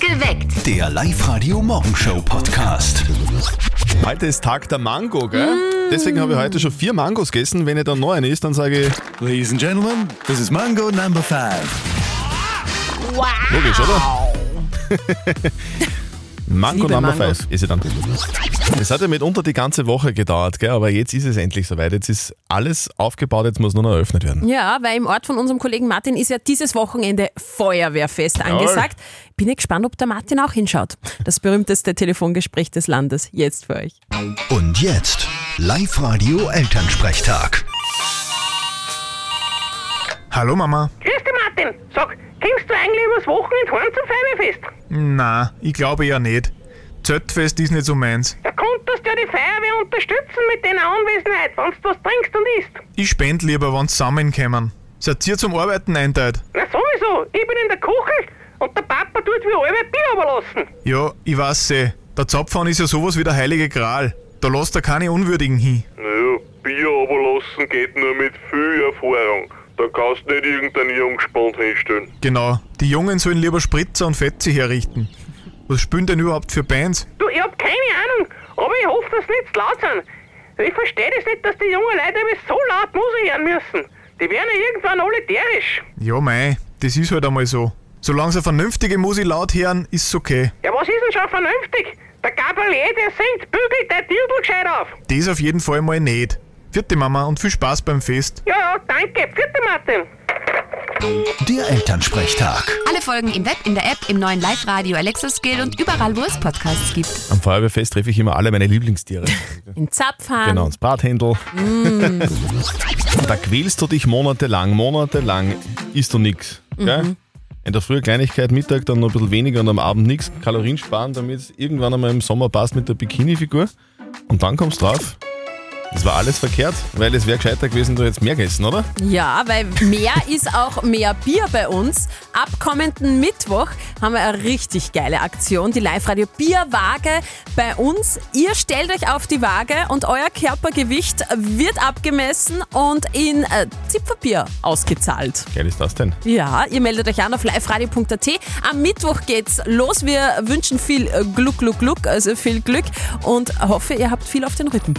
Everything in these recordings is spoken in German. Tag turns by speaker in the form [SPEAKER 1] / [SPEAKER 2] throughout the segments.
[SPEAKER 1] Geweckt.
[SPEAKER 2] Der Live-Radio-Morgenshow-Podcast.
[SPEAKER 3] Heute ist Tag der Mango, gell? Deswegen habe ich heute schon vier Mangos gegessen. Wenn ich dann noch einen isst, dann sage ich,
[SPEAKER 4] Ladies and Gentlemen, this is Mango number five.
[SPEAKER 3] logisch, oder? Mango
[SPEAKER 5] Liebe
[SPEAKER 3] Number
[SPEAKER 5] Mangos.
[SPEAKER 3] Five ist sie dann. Es hat ja mitunter die ganze Woche gedauert, gell? aber jetzt ist es endlich soweit. Jetzt ist alles aufgebaut, jetzt muss nur noch eröffnet werden.
[SPEAKER 5] Ja, weil im Ort von unserem Kollegen Martin ist ja dieses Wochenende Feuerwehrfest angesagt. Bin ich gespannt, ob der Martin auch hinschaut. Das berühmteste Telefongespräch des Landes jetzt für euch.
[SPEAKER 2] Und jetzt Live-Radio Elternsprechtag.
[SPEAKER 6] Hallo Mama.
[SPEAKER 7] Grüß dich, Martin. Sag, kommst du eigentlich übers Wochenende heim zum Feuerwehrfest?
[SPEAKER 6] Na, ich glaube ja nicht. Zeltfest ist nicht so meins.
[SPEAKER 7] Da konntest du ja die Feuerwehr unterstützen mit deiner Anwesenheit, wenn du was trinkst und isst.
[SPEAKER 6] Ich spend lieber, wenn's zusammenkommen. Seid ihr zum Arbeiten einteilt?
[SPEAKER 7] Na sowieso, ich bin in der Kuchel und der Papa tut wie alle Bier überlassen.
[SPEAKER 6] Ja, ich weiß eh. Der Zapfhahn ist ja sowas wie der heilige Gral. Da lasst er keine Unwürdigen hin.
[SPEAKER 8] Naja, Bier überlassen geht nur mit viel Erfahrung. Da kannst du nicht irgendeinen Jungspund hinstellen.
[SPEAKER 6] Genau. Die Jungen sollen lieber Spritzer und Fetze herrichten. Was spielen denn überhaupt für Bands?
[SPEAKER 7] Du, ich hab keine Ahnung, aber ich hoffe, dass sie nicht zu laut sind. Ich verstehe das nicht, dass die jungen Leute immer so laut Musik hören müssen. Die werden ja irgendwann alle derisch.
[SPEAKER 6] Ja, mei, das ist halt einmal so. Solange sie vernünftige Musik laut hören, ist's okay.
[SPEAKER 7] Ja, was ist denn schon vernünftig? Der Gabriel, der singt, bügelt der Dirndl gescheit auf.
[SPEAKER 6] Das auf jeden Fall mal nicht. Vierte Mama und viel Spaß beim Fest.
[SPEAKER 7] Ja, ja, danke. Vierte Martin.
[SPEAKER 2] Der Elternsprechtag.
[SPEAKER 9] Alle Folgen im Web, in der App, im neuen Live-Radio Alexa Skill und überall, wo es Podcasts gibt.
[SPEAKER 3] Am Feuerwehrfest treffe ich immer alle meine Lieblingstiere.
[SPEAKER 5] In Zapfhahn.
[SPEAKER 3] genau, ins Brathändel. da quälst du dich monatelang, monatelang isst du nichts. Gell? In der Früh Kleinigkeit, Mittag dann noch ein bisschen weniger und am Abend nichts. Kalorien sparen, damit es irgendwann einmal im Sommer passt mit der Bikini-Figur. Und dann kommst du drauf. Das war alles verkehrt, weil es wäre gescheiter gewesen, du jetzt mehr gegessen, oder?
[SPEAKER 5] Ja, weil mehr ist auch mehr Bier bei uns. Ab kommenden Mittwoch haben wir eine richtig geile Aktion, die Live-Radio Bierwaage bei uns. Ihr stellt euch auf die Waage und euer Körpergewicht wird abgemessen und in äh, Zipferbier ausgezahlt.
[SPEAKER 3] Geil ist das denn?
[SPEAKER 5] Ja, ihr meldet euch an auf liveradio.at. Am Mittwoch geht's los. Wir wünschen viel äh, Gluck, Gluck, Gluck, also viel Glück und hoffe, ihr habt viel auf den Rücken.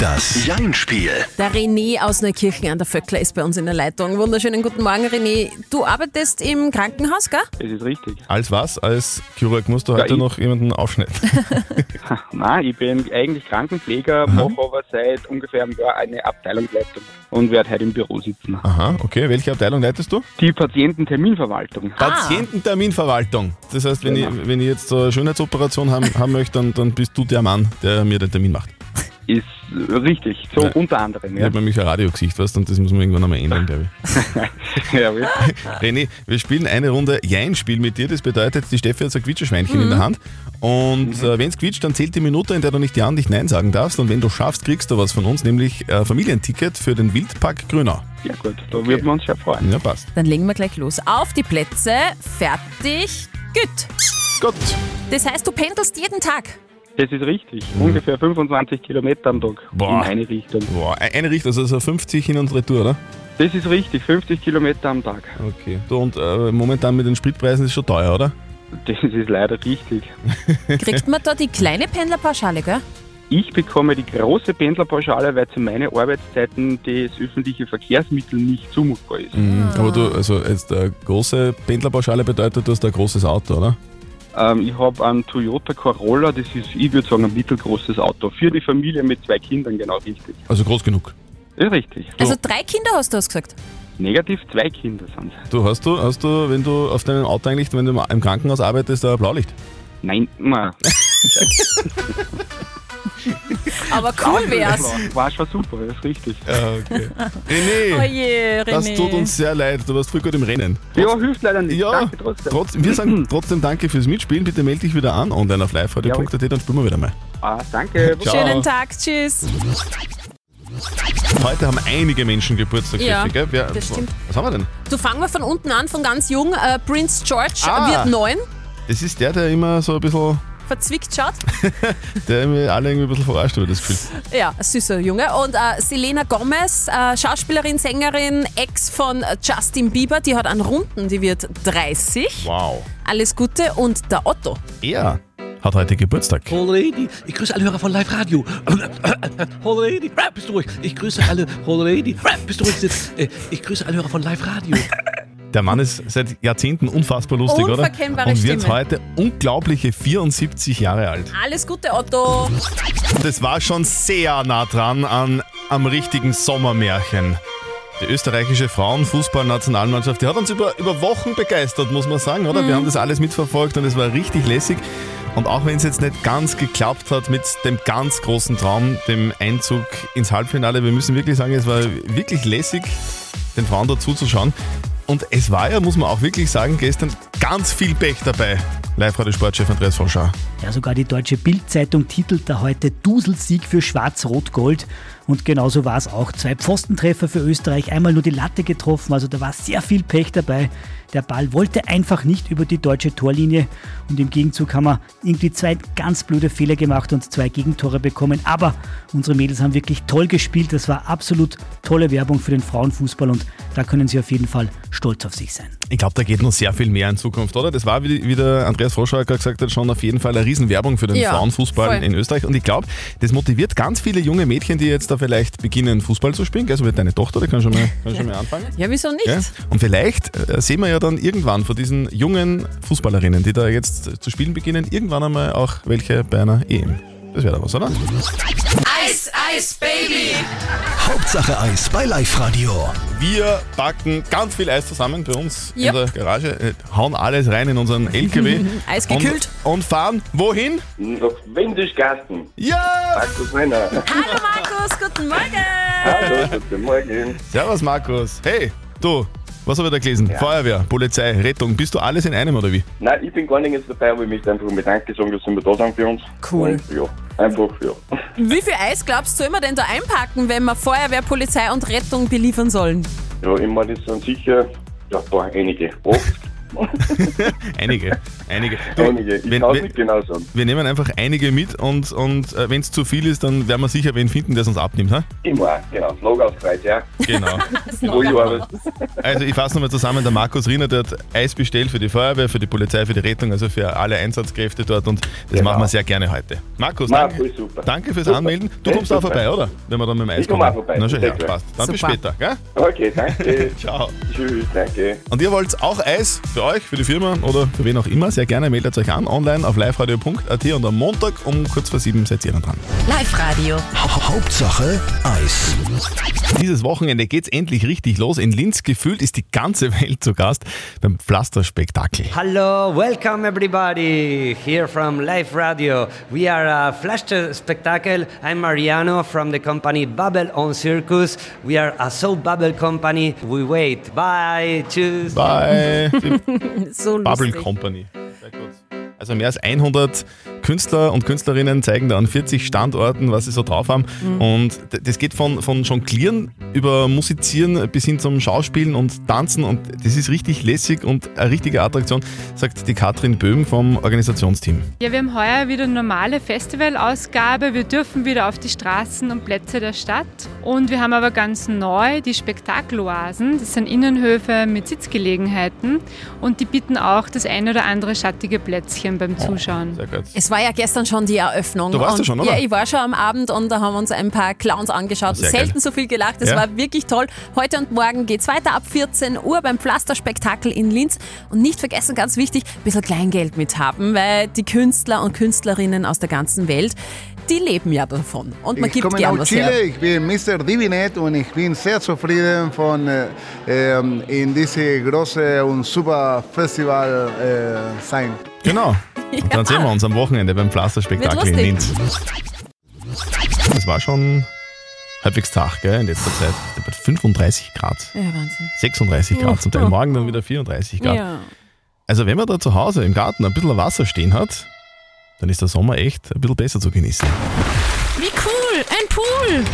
[SPEAKER 2] Das Jein-Spiel.
[SPEAKER 5] Der René aus Neukirchen an der Vöckler ist bei uns in der Leitung. Wunderschönen guten Morgen, René. Du arbeitest im Krankenhaus, gell?
[SPEAKER 10] Es ist richtig.
[SPEAKER 3] Als was? Als Chirurg musst du heute
[SPEAKER 10] ich-
[SPEAKER 3] noch jemanden aufschneiden.
[SPEAKER 10] Nein, Ah, ich bin eigentlich Krankenpfleger,
[SPEAKER 3] Mhm.
[SPEAKER 10] mache aber seit ungefähr einem Jahr eine Abteilungsleitung und werde heute im Büro sitzen.
[SPEAKER 3] Aha, okay. Welche Abteilung leitest du?
[SPEAKER 10] Die Patiententerminverwaltung.
[SPEAKER 3] Ah. Patiententerminverwaltung. Das heißt, wenn, ich, wenn ich jetzt so eine Schönheitsoperation haben, haben möchte, dann, dann bist du der Mann, der mir den Termin macht.
[SPEAKER 10] Ist richtig, so
[SPEAKER 3] Ja.
[SPEAKER 10] unter anderem.
[SPEAKER 3] Ich
[SPEAKER 10] Ja.
[SPEAKER 3] habe nämlich ein Radiogesicht, weißt du, und das muss man irgendwann einmal ändern, glaube ich.
[SPEAKER 10] Ja, ja.
[SPEAKER 3] René, wir spielen eine Runde Jein-Spiel mit dir. Das bedeutet, die Steffi hat so ein Quietscheschweinchen in der Hand. Und äh, wenn es quietscht, dann zählt die Minute, in der du nicht Ja und nicht Nein sagen darfst. Und wenn du schaffst, kriegst du was von uns, nämlich äh, Familienticket für den Wildpark Grünau.
[SPEAKER 10] ja gut, da würden wir uns schon freuen.
[SPEAKER 3] Ja, passt.
[SPEAKER 5] Dann legen wir gleich los. Auf die Plätze, fertig, gut.
[SPEAKER 3] Gut.
[SPEAKER 5] Das heißt, du pendelst jeden Tag.
[SPEAKER 10] Das ist richtig, ungefähr 25 Kilometer am Tag
[SPEAKER 3] Mhm. Boah.
[SPEAKER 10] in eine Richtung.
[SPEAKER 3] Boah, e- eine Richtung, also so 50 hin und retour, oder?
[SPEAKER 10] Das ist richtig, 50 Kilometer am Tag.
[SPEAKER 3] Okay. Du, und äh, momentan mit den Spritpreisen ist es schon teuer, oder?
[SPEAKER 10] Das ist leider richtig.
[SPEAKER 5] Kriegt man da die kleine Pendlerpauschale, gell?
[SPEAKER 10] Ich bekomme die große Pendlerpauschale, weil zu meinen Arbeitszeiten das öffentliche Verkehrsmittel nicht zumutbar ist.
[SPEAKER 5] Mhm.
[SPEAKER 3] Aber du, also jetzt eine große Pendlerpauschale bedeutet, du hast ein großes Auto, oder?
[SPEAKER 10] Ähm, ich habe einen Toyota Corolla, das ist, ich würde sagen, ein mittelgroßes Auto. Für die Familie mit zwei Kindern, genau richtig.
[SPEAKER 3] Also groß genug.
[SPEAKER 10] Ist richtig.
[SPEAKER 5] Also drei Kinder hast du, hast gesagt.
[SPEAKER 10] Negativ zwei Kinder sind es.
[SPEAKER 3] Du hast du, hast du, wenn du auf deinem Auto eigentlich, wenn du im- im Krankenhaus arbeitest, ein Blaulicht.
[SPEAKER 10] Nein, nein.
[SPEAKER 5] Aber cool wär's.
[SPEAKER 10] War schon super, ist richtig.
[SPEAKER 3] Ja, okay. René,
[SPEAKER 5] Oje, Oh René.
[SPEAKER 3] das tut uns sehr leid. Du warst früh gut im Rennen.
[SPEAKER 10] Ja, hilft leider nicht.
[SPEAKER 3] Ja,
[SPEAKER 10] Danke trotzdem.
[SPEAKER 3] trotzdem. wir sagen trotzdem danke fürs Mitspielen. Bitte melde dich wieder an online auf liveradio.at, dann spielen wir wieder mal.
[SPEAKER 10] Ah, danke.
[SPEAKER 3] Ciao.
[SPEAKER 5] Schönen Tag, tschüss.
[SPEAKER 3] Heute haben einige Menschen Geburtstag.
[SPEAKER 5] Ja,
[SPEAKER 3] Steffi, gell? Wer-
[SPEAKER 5] das stimmt.
[SPEAKER 3] Was haben wir denn?
[SPEAKER 5] Du fangen wir von unten an, von ganz jung. Äh, Prince George
[SPEAKER 3] Ah.
[SPEAKER 5] wird neun.
[SPEAKER 3] Das ist der, der immer so ein bisschen
[SPEAKER 5] verzwickt schaut.
[SPEAKER 3] der mir alle irgendwie ein bisschen verarscht über das Gefühl.
[SPEAKER 5] Ja, ein süßer Junge. Und äh, Selena Gomez, äh, Schauspielerin, Sängerin, Ex von äh, Justin Bieber, die hat einen Runden, die wird 30.
[SPEAKER 3] Wow.
[SPEAKER 5] Alles Gute und der Otto.
[SPEAKER 3] Er hat heute Geburtstag.
[SPEAKER 1] Lady, ich grüße alle Hörer von Live Radio. Holy Lady, rap bist du ruhig. Ich grüße alle Holy Lady, rap bist du ruhig. Sitz. Äh, Ich grüße alle Hörer von Live Radio.
[SPEAKER 3] Der Mann ist seit Jahrzehnten unfassbar lustig, oder?
[SPEAKER 5] Unverkennbare
[SPEAKER 3] Und wird
[SPEAKER 5] Stimme.
[SPEAKER 3] heute unglaubliche 74 Jahre alt.
[SPEAKER 5] Alles Gute, Otto.
[SPEAKER 3] Das war schon sehr nah dran an, am richtigen Sommermärchen. Die österreichische Frauenfußballnationalmannschaft, die hat uns über, über Wochen begeistert, muss man sagen, oder? Wir haben das alles mitverfolgt und es war richtig lässig. Und auch wenn es jetzt nicht ganz geklappt hat mit dem ganz großen Traum, dem Einzug ins Halbfinale, wir müssen wirklich sagen, es war wirklich lässig, den Frauen dazu zu schauen. Und es war ja, muss man auch wirklich sagen, gestern ganz viel Pech dabei. Live-Radio-Sportchef Andreas Froschauer.
[SPEAKER 11] Ja, sogar die deutsche Bild-Zeitung titelt da heute Duselsieg für Schwarz-Rot-Gold. Und genauso war es auch. Zwei Pfostentreffer für Österreich, einmal nur die Latte getroffen, also da war sehr viel Pech dabei. Der Ball wollte einfach nicht über die deutsche Torlinie und im Gegenzug haben wir irgendwie zwei ganz blöde Fehler gemacht und zwei Gegentore bekommen. Aber unsere Mädels haben wirklich toll gespielt. Das war absolut tolle Werbung für den Frauenfußball und da können sie auf jeden Fall stolz auf sich sein.
[SPEAKER 3] Ich glaube, da geht noch sehr viel mehr in Zukunft, oder? Das war, wie, wie der Andreas Froschauer gerade gesagt hat, schon auf jeden Fall eine Riesenwerbung für den
[SPEAKER 5] Ja,
[SPEAKER 3] Frauenfußball
[SPEAKER 5] voll.
[SPEAKER 3] in Österreich. Und ich glaube, das motiviert ganz viele junge Mädchen, die jetzt da vielleicht beginnen, Fußball zu spielen. Gell, so wie deine Tochter, die kann schon mal, kann schon mal anfangen.
[SPEAKER 5] Ja, wieso nicht?
[SPEAKER 3] Gell? Und vielleicht äh, sehen wir ja dann irgendwann von diesen jungen Fußballerinnen, die da jetzt zu spielen beginnen, irgendwann einmal auch welche bei einer EM. Das wäre da was, oder?
[SPEAKER 2] Eis, Eis, Baby! Hauptsache Eis bei Live-Radio.
[SPEAKER 3] Wir backen ganz viel Eis zusammen bei uns
[SPEAKER 5] Yep.
[SPEAKER 3] in der Garage, äh, hauen alles rein in unseren LKW.
[SPEAKER 5] Eisgekühlt.
[SPEAKER 3] Und, und fahren wohin?
[SPEAKER 12] Nach Windischgarten.
[SPEAKER 3] Ja!
[SPEAKER 12] Markus Renner.
[SPEAKER 5] Hallo Markus, guten Morgen.
[SPEAKER 12] Hallo, guten Morgen.
[SPEAKER 3] Servus Markus. Hey, du, was habe ich da gelesen? Feuerwehr, Polizei, Rettung, bist du alles in einem oder wie?
[SPEAKER 12] Nein, ich bin gar nicht jetzt dabei, aber ich möchte einfach mal Danke sagen, dass wir da sind für uns.
[SPEAKER 5] Cool.
[SPEAKER 12] Und ja, einfach, ja.
[SPEAKER 5] Wie viel Eis glaubst du, soll man denn da einpacken, wenn wir Feuerwehr, Polizei und Rettung beliefern sollen?
[SPEAKER 12] Ja, ich meine, das sind sicher, ja, ein paar einige. Oft
[SPEAKER 3] Einige,
[SPEAKER 12] einige.
[SPEAKER 3] einige.
[SPEAKER 12] Ich
[SPEAKER 3] wenn-
[SPEAKER 12] kann es
[SPEAKER 3] wenn-
[SPEAKER 12] nicht genau sagen.
[SPEAKER 3] Wir nehmen einfach einige mit und, und äh, wenn es zu viel ist, dann werden wir sicher wen finden, der es uns abnimmt. Ha?
[SPEAKER 12] Immer, genau. Slogauspreis, ja.
[SPEAKER 3] Genau.
[SPEAKER 10] Oh,
[SPEAKER 12] Wo ich arbeite.
[SPEAKER 3] Also ich fasse nochmal zusammen, der Markus Riener, der hat Eis bestellt für die Feuerwehr, für die Polizei, für die Rettung, also für alle Einsatzkräfte dort und das
[SPEAKER 12] Genau.
[SPEAKER 3] machen wir sehr gerne heute. Markus,
[SPEAKER 12] Na,
[SPEAKER 3] danke,
[SPEAKER 12] voll super.
[SPEAKER 3] danke fürs
[SPEAKER 12] Super.
[SPEAKER 3] Anmelden. Du
[SPEAKER 12] Hey,
[SPEAKER 3] kommst auch
[SPEAKER 12] super.
[SPEAKER 3] vorbei, oder? Wenn wir dann mit dem Eis
[SPEAKER 12] Ich komm
[SPEAKER 3] kommen.
[SPEAKER 12] auch vorbei.
[SPEAKER 3] Na schon her,
[SPEAKER 12] Sehr gern.
[SPEAKER 3] passt. Dann bis
[SPEAKER 5] Super.
[SPEAKER 3] später, gell?
[SPEAKER 12] Okay, danke.
[SPEAKER 3] Ciao.
[SPEAKER 12] Tschüss, danke.
[SPEAKER 3] Und ihr wollt auch Eis für euch, für die Firma oder für wen auch immer, sehr gerne meldet euch an online auf liveradio.at und am Montag um kurz vor sieben seid ihr dann dran.
[SPEAKER 9] Live-Radio.
[SPEAKER 2] Ha- Hauptsache Eis.
[SPEAKER 3] Dieses Wochenende geht's endlich richtig los. In Linz gefühlt ist die ganze Welt zu Gast beim Pflasterspektakel.
[SPEAKER 13] Hello, welcome everybody here from Live Radio. We are a flash spectacle. I'm Mariano from the company Bubble on Circus. We are a soap bubble company. We wait. Bye. Tschüss.
[SPEAKER 3] Bye. Die
[SPEAKER 5] So
[SPEAKER 3] Bubble
[SPEAKER 5] lustig.
[SPEAKER 3] Company. Sehr gut. Also mehr als 100 Künstler und Künstlerinnen zeigen da an 40 Standorten, was sie so drauf haben. Und d- das geht von, von Jonglieren über Musizieren bis hin zum Schauspielen und Tanzen. Und das ist richtig lässig und eine richtige Attraktion, sagt die Katrin Böhm vom Organisationsteam.
[SPEAKER 14] Ja, wir haben heuer wieder normale Festivalausgabe. Wir dürfen wieder auf die Straßen und Plätze der Stadt. Und wir haben aber ganz neu die Spektakeloasen. Das sind Innenhöfe mit Sitzgelegenheiten und die bieten auch das ein oder andere schattige Plätzchen beim Zuschauen.
[SPEAKER 3] Sehr gut.
[SPEAKER 5] Es war ja gestern schon die Eröffnung.
[SPEAKER 3] Du warst
[SPEAKER 5] und
[SPEAKER 3] ja schon, oder?
[SPEAKER 5] Ja, ich war schon am Abend und da haben wir uns ein paar Clowns angeschaut.
[SPEAKER 3] Sehr
[SPEAKER 5] Selten
[SPEAKER 3] geil.
[SPEAKER 5] so viel gelacht, das
[SPEAKER 3] Ja.
[SPEAKER 5] war wirklich toll. Heute und morgen geht's weiter ab 14 Uhr beim Pflasterspektakel in Linz. Und nicht vergessen, ganz wichtig, ein bisschen Kleingeld mithaben, weil die Künstler und Künstlerinnen aus der ganzen Welt, die leben ja davon. Und man
[SPEAKER 15] ich
[SPEAKER 5] gibt
[SPEAKER 15] komme
[SPEAKER 5] gern
[SPEAKER 15] aus
[SPEAKER 5] was
[SPEAKER 15] Chile,
[SPEAKER 5] her.
[SPEAKER 15] ich bin Mr. Divinet und ich bin sehr zufrieden von äh, ähm, in diese große und super Festival äh, sein.
[SPEAKER 3] Genau. Und dann sehen wir uns am Wochenende beim Pflasterspektakel
[SPEAKER 15] Wird
[SPEAKER 3] in Linz.
[SPEAKER 15] lustig.
[SPEAKER 3] Das war schon halbwegs Tag, gell, in letzter Zeit. Ich glaub, 35 Grad.
[SPEAKER 5] Ja, Wahnsinn.
[SPEAKER 3] 36 Grad zum Teil. Morgen dann wieder 34 Grad.
[SPEAKER 5] Ja.
[SPEAKER 3] Also wenn man da zu Hause im Garten ein bisschen Wasser stehen hat, dann ist der Sommer echt ein bisschen besser zu genießen.
[SPEAKER 5] Wie cool, ein Pool!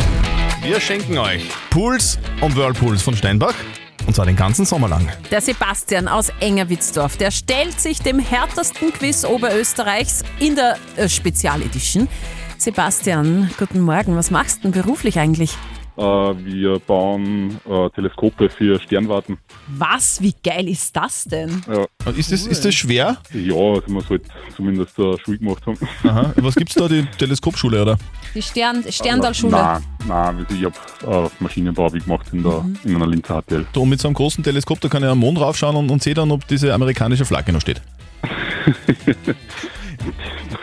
[SPEAKER 3] Wir schenken euch Pools und Whirlpools von Steinbach. Und zwar den ganzen Sommer lang.
[SPEAKER 5] Der Sebastian aus Engerwitzdorf, der stellt sich dem härtesten Quiz Oberösterreichs in der äh, Spezialedition. Sebastian, guten Morgen. Was machst du denn beruflich eigentlich?
[SPEAKER 16] Äh, wir bauen äh, Teleskope für Sternwarten.
[SPEAKER 5] Was? Wie geil ist das denn?
[SPEAKER 16] Ja.
[SPEAKER 3] Ist das, ist das schwer?
[SPEAKER 16] Ja, also man sollte zumindest äh, Schule gemacht haben.
[SPEAKER 3] Aha. Was gibt's da, die Teleskopschule, oder?
[SPEAKER 5] Die Stern Sterndalschule.
[SPEAKER 16] Nein, nein, also ich habe äh, Maschinenbau wie gemacht in, der, in einer Linzer HTL.
[SPEAKER 3] Da mit so einem großen Teleskop, da kann ich am Mond raufschauen und, und sehe dann, ob diese amerikanische Flagge noch steht.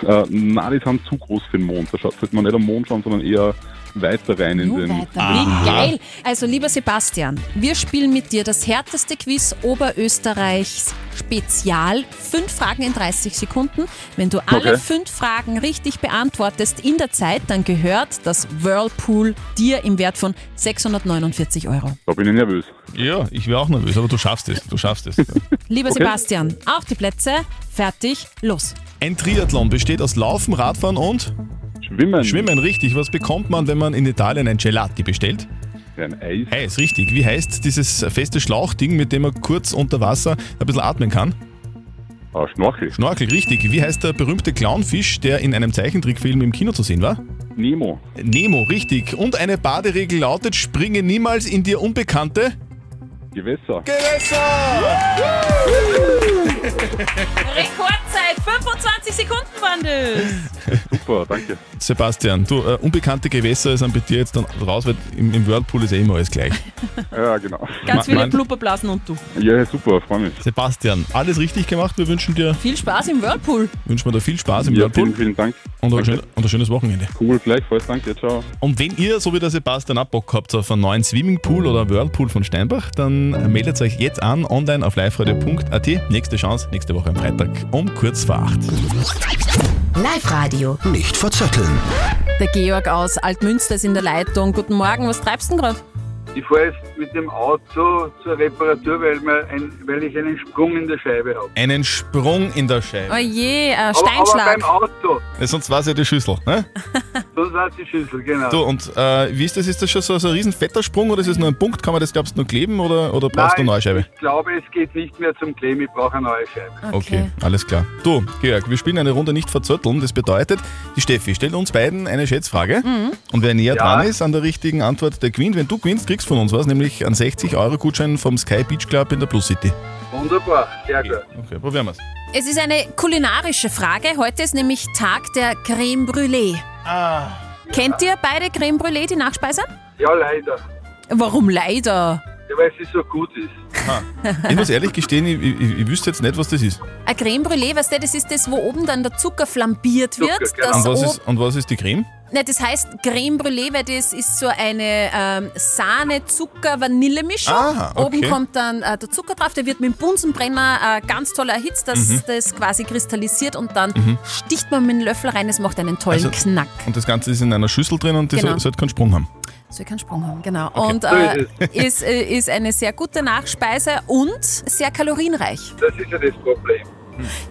[SPEAKER 16] Äh, nein, die sind zu groß für den Mond. Da schaut- sollte man nicht am Mond schauen, sondern eher weiter rein in
[SPEAKER 5] Nur
[SPEAKER 16] den.
[SPEAKER 5] weiter. Wie geil. Also, lieber Sebastian, wir spielen mit dir das härteste Quiz Oberösterreichs Spezial. Fünf Fragen in 30 Sekunden. Wenn du alle
[SPEAKER 17] Okay.
[SPEAKER 5] fünf Fragen richtig beantwortest in der Zeit, dann gehört das Whirlpool dir im Wert von 649 Euro.
[SPEAKER 16] Da bin ich nervös.
[SPEAKER 3] Ja, ich wäre auch nervös, aber du schaffst es. Du schaffst es.
[SPEAKER 5] Lieber
[SPEAKER 3] Okay.
[SPEAKER 5] Sebastian, auf die Plätze, fertig, los.
[SPEAKER 3] Ein Triathlon besteht aus Laufen, Radfahren und
[SPEAKER 16] Schwimmen.
[SPEAKER 3] Schwimmen, richtig. Was bekommt man, wenn man in Italien ein Gelati bestellt?
[SPEAKER 16] Ein Eis.
[SPEAKER 3] Eis, richtig. Wie heißt dieses feste Schlauchding, mit dem man kurz unter Wasser ein bisschen atmen kann?
[SPEAKER 16] Ah, Schnorchel.
[SPEAKER 3] Schnorchel, richtig. Wie heißt der berühmte Clownfisch, der in einem Zeichentrickfilm im Kino zu sehen war?
[SPEAKER 16] Nemo.
[SPEAKER 3] Nemo, richtig. Und eine Baderegel lautet: Springe niemals in dir Unbekannte.
[SPEAKER 16] Gewässer.
[SPEAKER 5] Rekordzeit, 25 Sekunden waren das.
[SPEAKER 16] Super, danke.
[SPEAKER 3] Sebastian, du, äh, unbekannte Gewässer sind bei dir jetzt dann raus, weil im, im Whirlpool ist eh immer alles gleich.
[SPEAKER 16] Ja, genau.
[SPEAKER 5] Ganz viele
[SPEAKER 3] Mann.
[SPEAKER 5] Blubberblasen und du.
[SPEAKER 16] Ja, super, freue mich.
[SPEAKER 3] Sebastian, alles richtig gemacht. Wir wünschen dir,
[SPEAKER 5] Viel Spaß im Whirlpool.
[SPEAKER 3] wünschen wir dir viel Spaß im
[SPEAKER 16] Ja,
[SPEAKER 3] Whirlpool.
[SPEAKER 16] vielen, vielen Dank.
[SPEAKER 3] Und ein, schön, und ein schönes Wochenende.
[SPEAKER 16] Cool, gleichfalls, danke, ciao.
[SPEAKER 3] Und wenn ihr, so wie der Sebastian, auch Bock habt auf einen neuen Swimmingpool oder Whirlpool von Steinbach, dann meldet euch jetzt an, online auf liveradio.at. Nächste Chance, nächste Woche am Freitag um kurz vor acht.
[SPEAKER 5] Live Radio.
[SPEAKER 2] Nicht verzetteln.
[SPEAKER 5] Der Georg aus Altmünster ist in der Leitung. Guten Morgen, was treibst du denn gerade?
[SPEAKER 18] Ich fahre jetzt mit dem Auto zur Reparatur, weil, mir ein, weil ich einen Sprung in der Scheibe habe.
[SPEAKER 3] Einen Sprung in der Scheibe.
[SPEAKER 5] Oh je, äh,
[SPEAKER 18] Aber, aber
[SPEAKER 5] Steinschlag.
[SPEAKER 18] beim Auto,
[SPEAKER 3] Sonst war es ja die Schüssel. Ne?
[SPEAKER 18] das war die Schüssel, genau.
[SPEAKER 3] Du, und äh, wie ist das? Ist das schon so, so ein riesen fetter Sprung oder ist es nur ein Punkt? Kann man das, glaubst du, noch kleben oder, oder brauchst du eine neue Scheibe?
[SPEAKER 18] Ich glaube, es geht nicht mehr zum Kleben, ich brauche eine neue Scheibe.
[SPEAKER 3] Okay, alles klar. Du, Georg, wir spielen eine Runde nicht verzötteln. Das bedeutet, die Steffi stellt uns beiden eine Schätzfrage.
[SPEAKER 18] Mhm.
[SPEAKER 3] Und wer näher
[SPEAKER 18] Ja.
[SPEAKER 3] dran ist an der richtigen Antwort, der gewinnt. Wenn du gewinnst, kriegst du von uns was, nämlich einen 60-Euro-Gutschein vom Sky Beach Club in der Plus City.
[SPEAKER 18] Wunderbar, sehr gut.
[SPEAKER 3] Okay, probieren wir's.
[SPEAKER 5] Es ist eine kulinarische Frage. Heute ist nämlich Tag der Creme Brûlée. Kennt ihr beide Creme Brûlée, die Nachspeise?
[SPEAKER 18] Ja, leider.
[SPEAKER 5] Warum leider?
[SPEAKER 18] Ja, weil sie so gut ist.
[SPEAKER 3] Ich muss ehrlich gestehen, ich, ich, ich wüsste jetzt nicht, was das ist.
[SPEAKER 5] Ein Creme Brûlée, weißt du, das ist das, wo oben dann der Zucker genau. flambiert wird.
[SPEAKER 3] Und,
[SPEAKER 5] das
[SPEAKER 3] was
[SPEAKER 5] oben-
[SPEAKER 3] ist, und was ist die Creme?
[SPEAKER 5] Nein, das heißt Creme Brûlée, weil das ist so eine ähm, Sahne-Zucker-Vanille-Mischung.
[SPEAKER 3] Aha, Ah, okay.
[SPEAKER 5] Oben kommt dann äh, der Zucker drauf, der wird mit dem Bunsenbrenner äh, ganz toll erhitzt, dass
[SPEAKER 3] Mhm.
[SPEAKER 5] das quasi kristallisiert und dann
[SPEAKER 3] Mhm.
[SPEAKER 5] sticht man mit dem Löffel rein, es macht einen tollen
[SPEAKER 3] Also-
[SPEAKER 5] Knack.
[SPEAKER 3] Und das Ganze ist in einer Schüssel drin und die
[SPEAKER 5] Genau.
[SPEAKER 3] soll, sollte keinen Sprung haben.
[SPEAKER 5] Soll keinen Sprung haben, genau.
[SPEAKER 3] Okay.
[SPEAKER 5] Und
[SPEAKER 3] So
[SPEAKER 5] äh,
[SPEAKER 3] ist es.
[SPEAKER 5] ist, äh, ist eine sehr gute Nachspeise und sehr kalorienreich.
[SPEAKER 18] Das ist ja das Problem.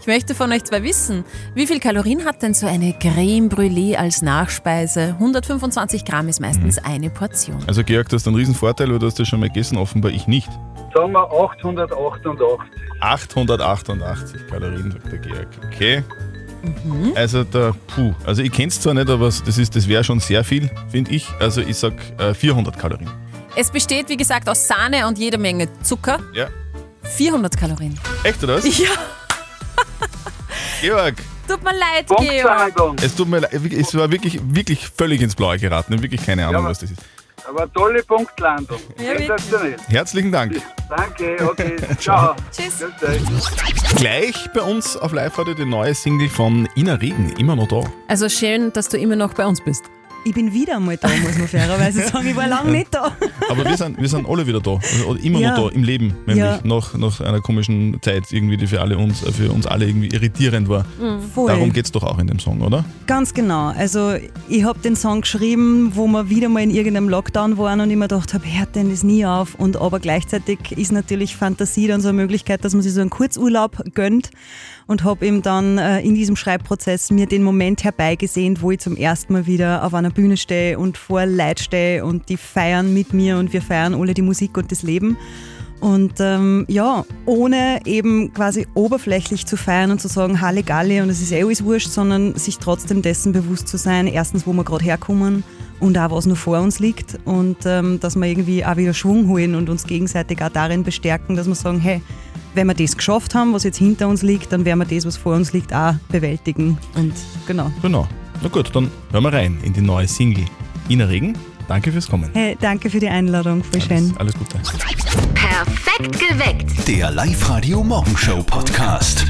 [SPEAKER 5] Ich möchte von euch zwei wissen, wie viel Kalorien hat denn so eine Creme Brûlée als Nachspeise? 125 Gramm ist meistens eine Portion.
[SPEAKER 3] Also Georg, das ist ein Riesenvorteil, weil du hast das schon mal gegessen, offenbar ich nicht.
[SPEAKER 18] Sagen wir 888.
[SPEAKER 3] 888 Kalorien, sagt der Georg. Okay. Also da, puh, also ich kenn's zwar nicht, aber das, ist, das wäre schon sehr viel, finde ich. Also ich sag äh, 400 Kalorien.
[SPEAKER 5] Es besteht, wie gesagt, aus Sahne und jeder Menge Zucker.
[SPEAKER 3] Ja.
[SPEAKER 5] 400 Kalorien.
[SPEAKER 3] Echt oder was?
[SPEAKER 5] Ja.
[SPEAKER 3] Georg,
[SPEAKER 5] Tut mir leid, Georg.
[SPEAKER 3] es tut mir leid, es war wirklich, wirklich völlig ins Blaue geraten. Ich hab wirklich keine Ahnung, was das ist.
[SPEAKER 18] Aber tolle Punktlandung.
[SPEAKER 5] Ja,
[SPEAKER 18] Sensationell.
[SPEAKER 3] Herzlichen Dank.
[SPEAKER 18] Danke, okay, ciao.
[SPEAKER 5] Tschüss.
[SPEAKER 3] Gleich bei uns auf Live-Radio die neue Single von Ina Regen, immer noch da.
[SPEAKER 5] Also schön, dass du immer noch bei uns bist.
[SPEAKER 19] Ich bin wieder einmal da, muss man fairerweise sagen. Ich war lange nicht da.
[SPEAKER 3] Aber wir sind, wir sind alle wieder da. Also, oder immer
[SPEAKER 19] Ja.
[SPEAKER 3] noch da, im Leben, nämlich
[SPEAKER 19] Ja.
[SPEAKER 3] nach, nach einer komischen Zeit, irgendwie, die für alle uns, für uns alle irgendwie irritierend war.
[SPEAKER 19] Mhm. Voll.
[SPEAKER 3] Darum geht es doch auch in dem Song, oder?
[SPEAKER 19] Ganz genau. Also ich habe den Song geschrieben, wo wir wieder mal in irgendeinem Lockdown waren und ich mir gedacht habe, hört denn das nie auf? Und aber gleichzeitig ist natürlich Fantasie dann so eine Möglichkeit, dass man sich so einen Kurzurlaub gönnt und habe eben dann äh, in diesem Schreibprozess mir den Moment herbeigesehnt, wo ich zum ersten Mal wieder auf einer Bühne stehe und vor Leid stehe und die feiern mit mir und wir feiern alle die Musik und das Leben.
[SPEAKER 5] Und ähm, ja, ohne eben quasi oberflächlich zu feiern und zu sagen, Halle Galle und es ist eh alles wurscht, sondern sich trotzdem dessen bewusst zu sein, erstens, wo wir gerade herkommen und auch was noch vor uns liegt und ähm, dass wir irgendwie auch wieder Schwung holen und uns gegenseitig auch darin bestärken, dass wir sagen, hey, wenn wir das geschafft haben, was jetzt hinter uns liegt, dann werden wir das, was vor uns liegt, auch bewältigen. Und genau.
[SPEAKER 3] Genau. Na gut, dann hören wir rein in die neue Single. Ina Regen, danke fürs Kommen.
[SPEAKER 5] Hey, Äh, danke für die Einladung, voll schön.
[SPEAKER 3] Alles Gute.
[SPEAKER 9] Perfekt geweckt.
[SPEAKER 2] Der Live-Radio Morgenshow Podcast.